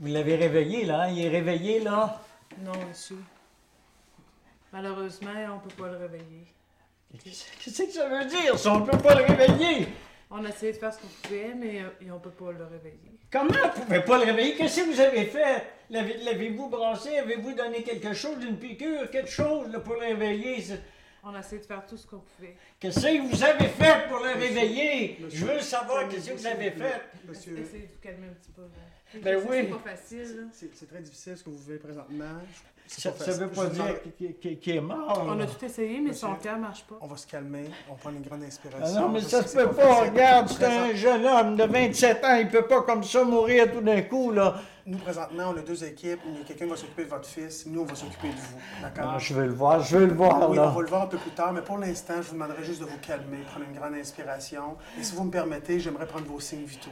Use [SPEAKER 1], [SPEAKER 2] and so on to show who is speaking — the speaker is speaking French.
[SPEAKER 1] Vous l'avez réveillé, là, hein? Il est réveillé, là?
[SPEAKER 2] Non, monsieur. Malheureusement, on peut pas le réveiller.
[SPEAKER 1] Qu'est-ce que ça veut dire, ça? On peut pas le réveiller!
[SPEAKER 2] On a essayé de faire ce qu'on pouvait, mais euh, et on peut pas le réveiller.
[SPEAKER 1] Comment vous pouvez pas le réveiller? Qu'est-ce que vous avez fait? L'avez- L'avez-vous brassé? Avez-vous donné quelque chose, une piqûre, quelque chose, là, pour le réveiller? C'est-
[SPEAKER 2] On a essayé de faire tout ce qu'on pouvait.
[SPEAKER 1] Qu'est-ce que vous avez fait pour le
[SPEAKER 3] Monsieur,
[SPEAKER 1] réveiller? Je
[SPEAKER 3] monsieur,
[SPEAKER 1] veux savoir
[SPEAKER 3] Calmez-vous,
[SPEAKER 1] qu'est-ce Oh, que vous
[SPEAKER 3] s'il
[SPEAKER 1] avez
[SPEAKER 3] vous plaît.
[SPEAKER 1] fait.
[SPEAKER 2] Essayez
[SPEAKER 3] Monsieur,
[SPEAKER 2] de vous calmer un petit peu. là.
[SPEAKER 1] Ben
[SPEAKER 2] Je sais
[SPEAKER 1] oui.
[SPEAKER 2] que C'est pas facile. là.
[SPEAKER 3] c'est c'est très difficile ce que vous vivez présentement. C'est
[SPEAKER 1] Ça, ça
[SPEAKER 3] facile.
[SPEAKER 1] veut pas
[SPEAKER 3] Je vous demande-
[SPEAKER 1] dire qu'il- qu'il qu'il est mort.
[SPEAKER 2] On a
[SPEAKER 1] là.
[SPEAKER 2] tout essayé, mais son
[SPEAKER 3] Monsieur.
[SPEAKER 2] cœur marche pas.
[SPEAKER 3] On va se calmer, on prend une grande inspiration.
[SPEAKER 1] Ah non, mais
[SPEAKER 3] Je
[SPEAKER 1] ça
[SPEAKER 3] sais
[SPEAKER 1] se
[SPEAKER 3] que
[SPEAKER 1] peut
[SPEAKER 3] c'est
[SPEAKER 1] pas,
[SPEAKER 3] facile.
[SPEAKER 1] regarde, c'est
[SPEAKER 3] Présent-
[SPEAKER 1] un jeune homme de 27 ans, il peut pas comme ça mourir tout d'un coup, là.
[SPEAKER 3] Nous, présentement, on a deux équipes. Il y a Quelqu'un qui va s'occuper de votre fils, nous, on va s'occuper de vous. D'accord?
[SPEAKER 1] Ah, je veux le voir, je veux le voir,
[SPEAKER 3] oui,
[SPEAKER 1] là.
[SPEAKER 3] on va le voir un peu plus tard, mais pour l'instant, je vous demanderai juste de vous calmer, prendre une grande inspiration. Et si vous me permettez, j'aimerais prendre vos signes vitaux.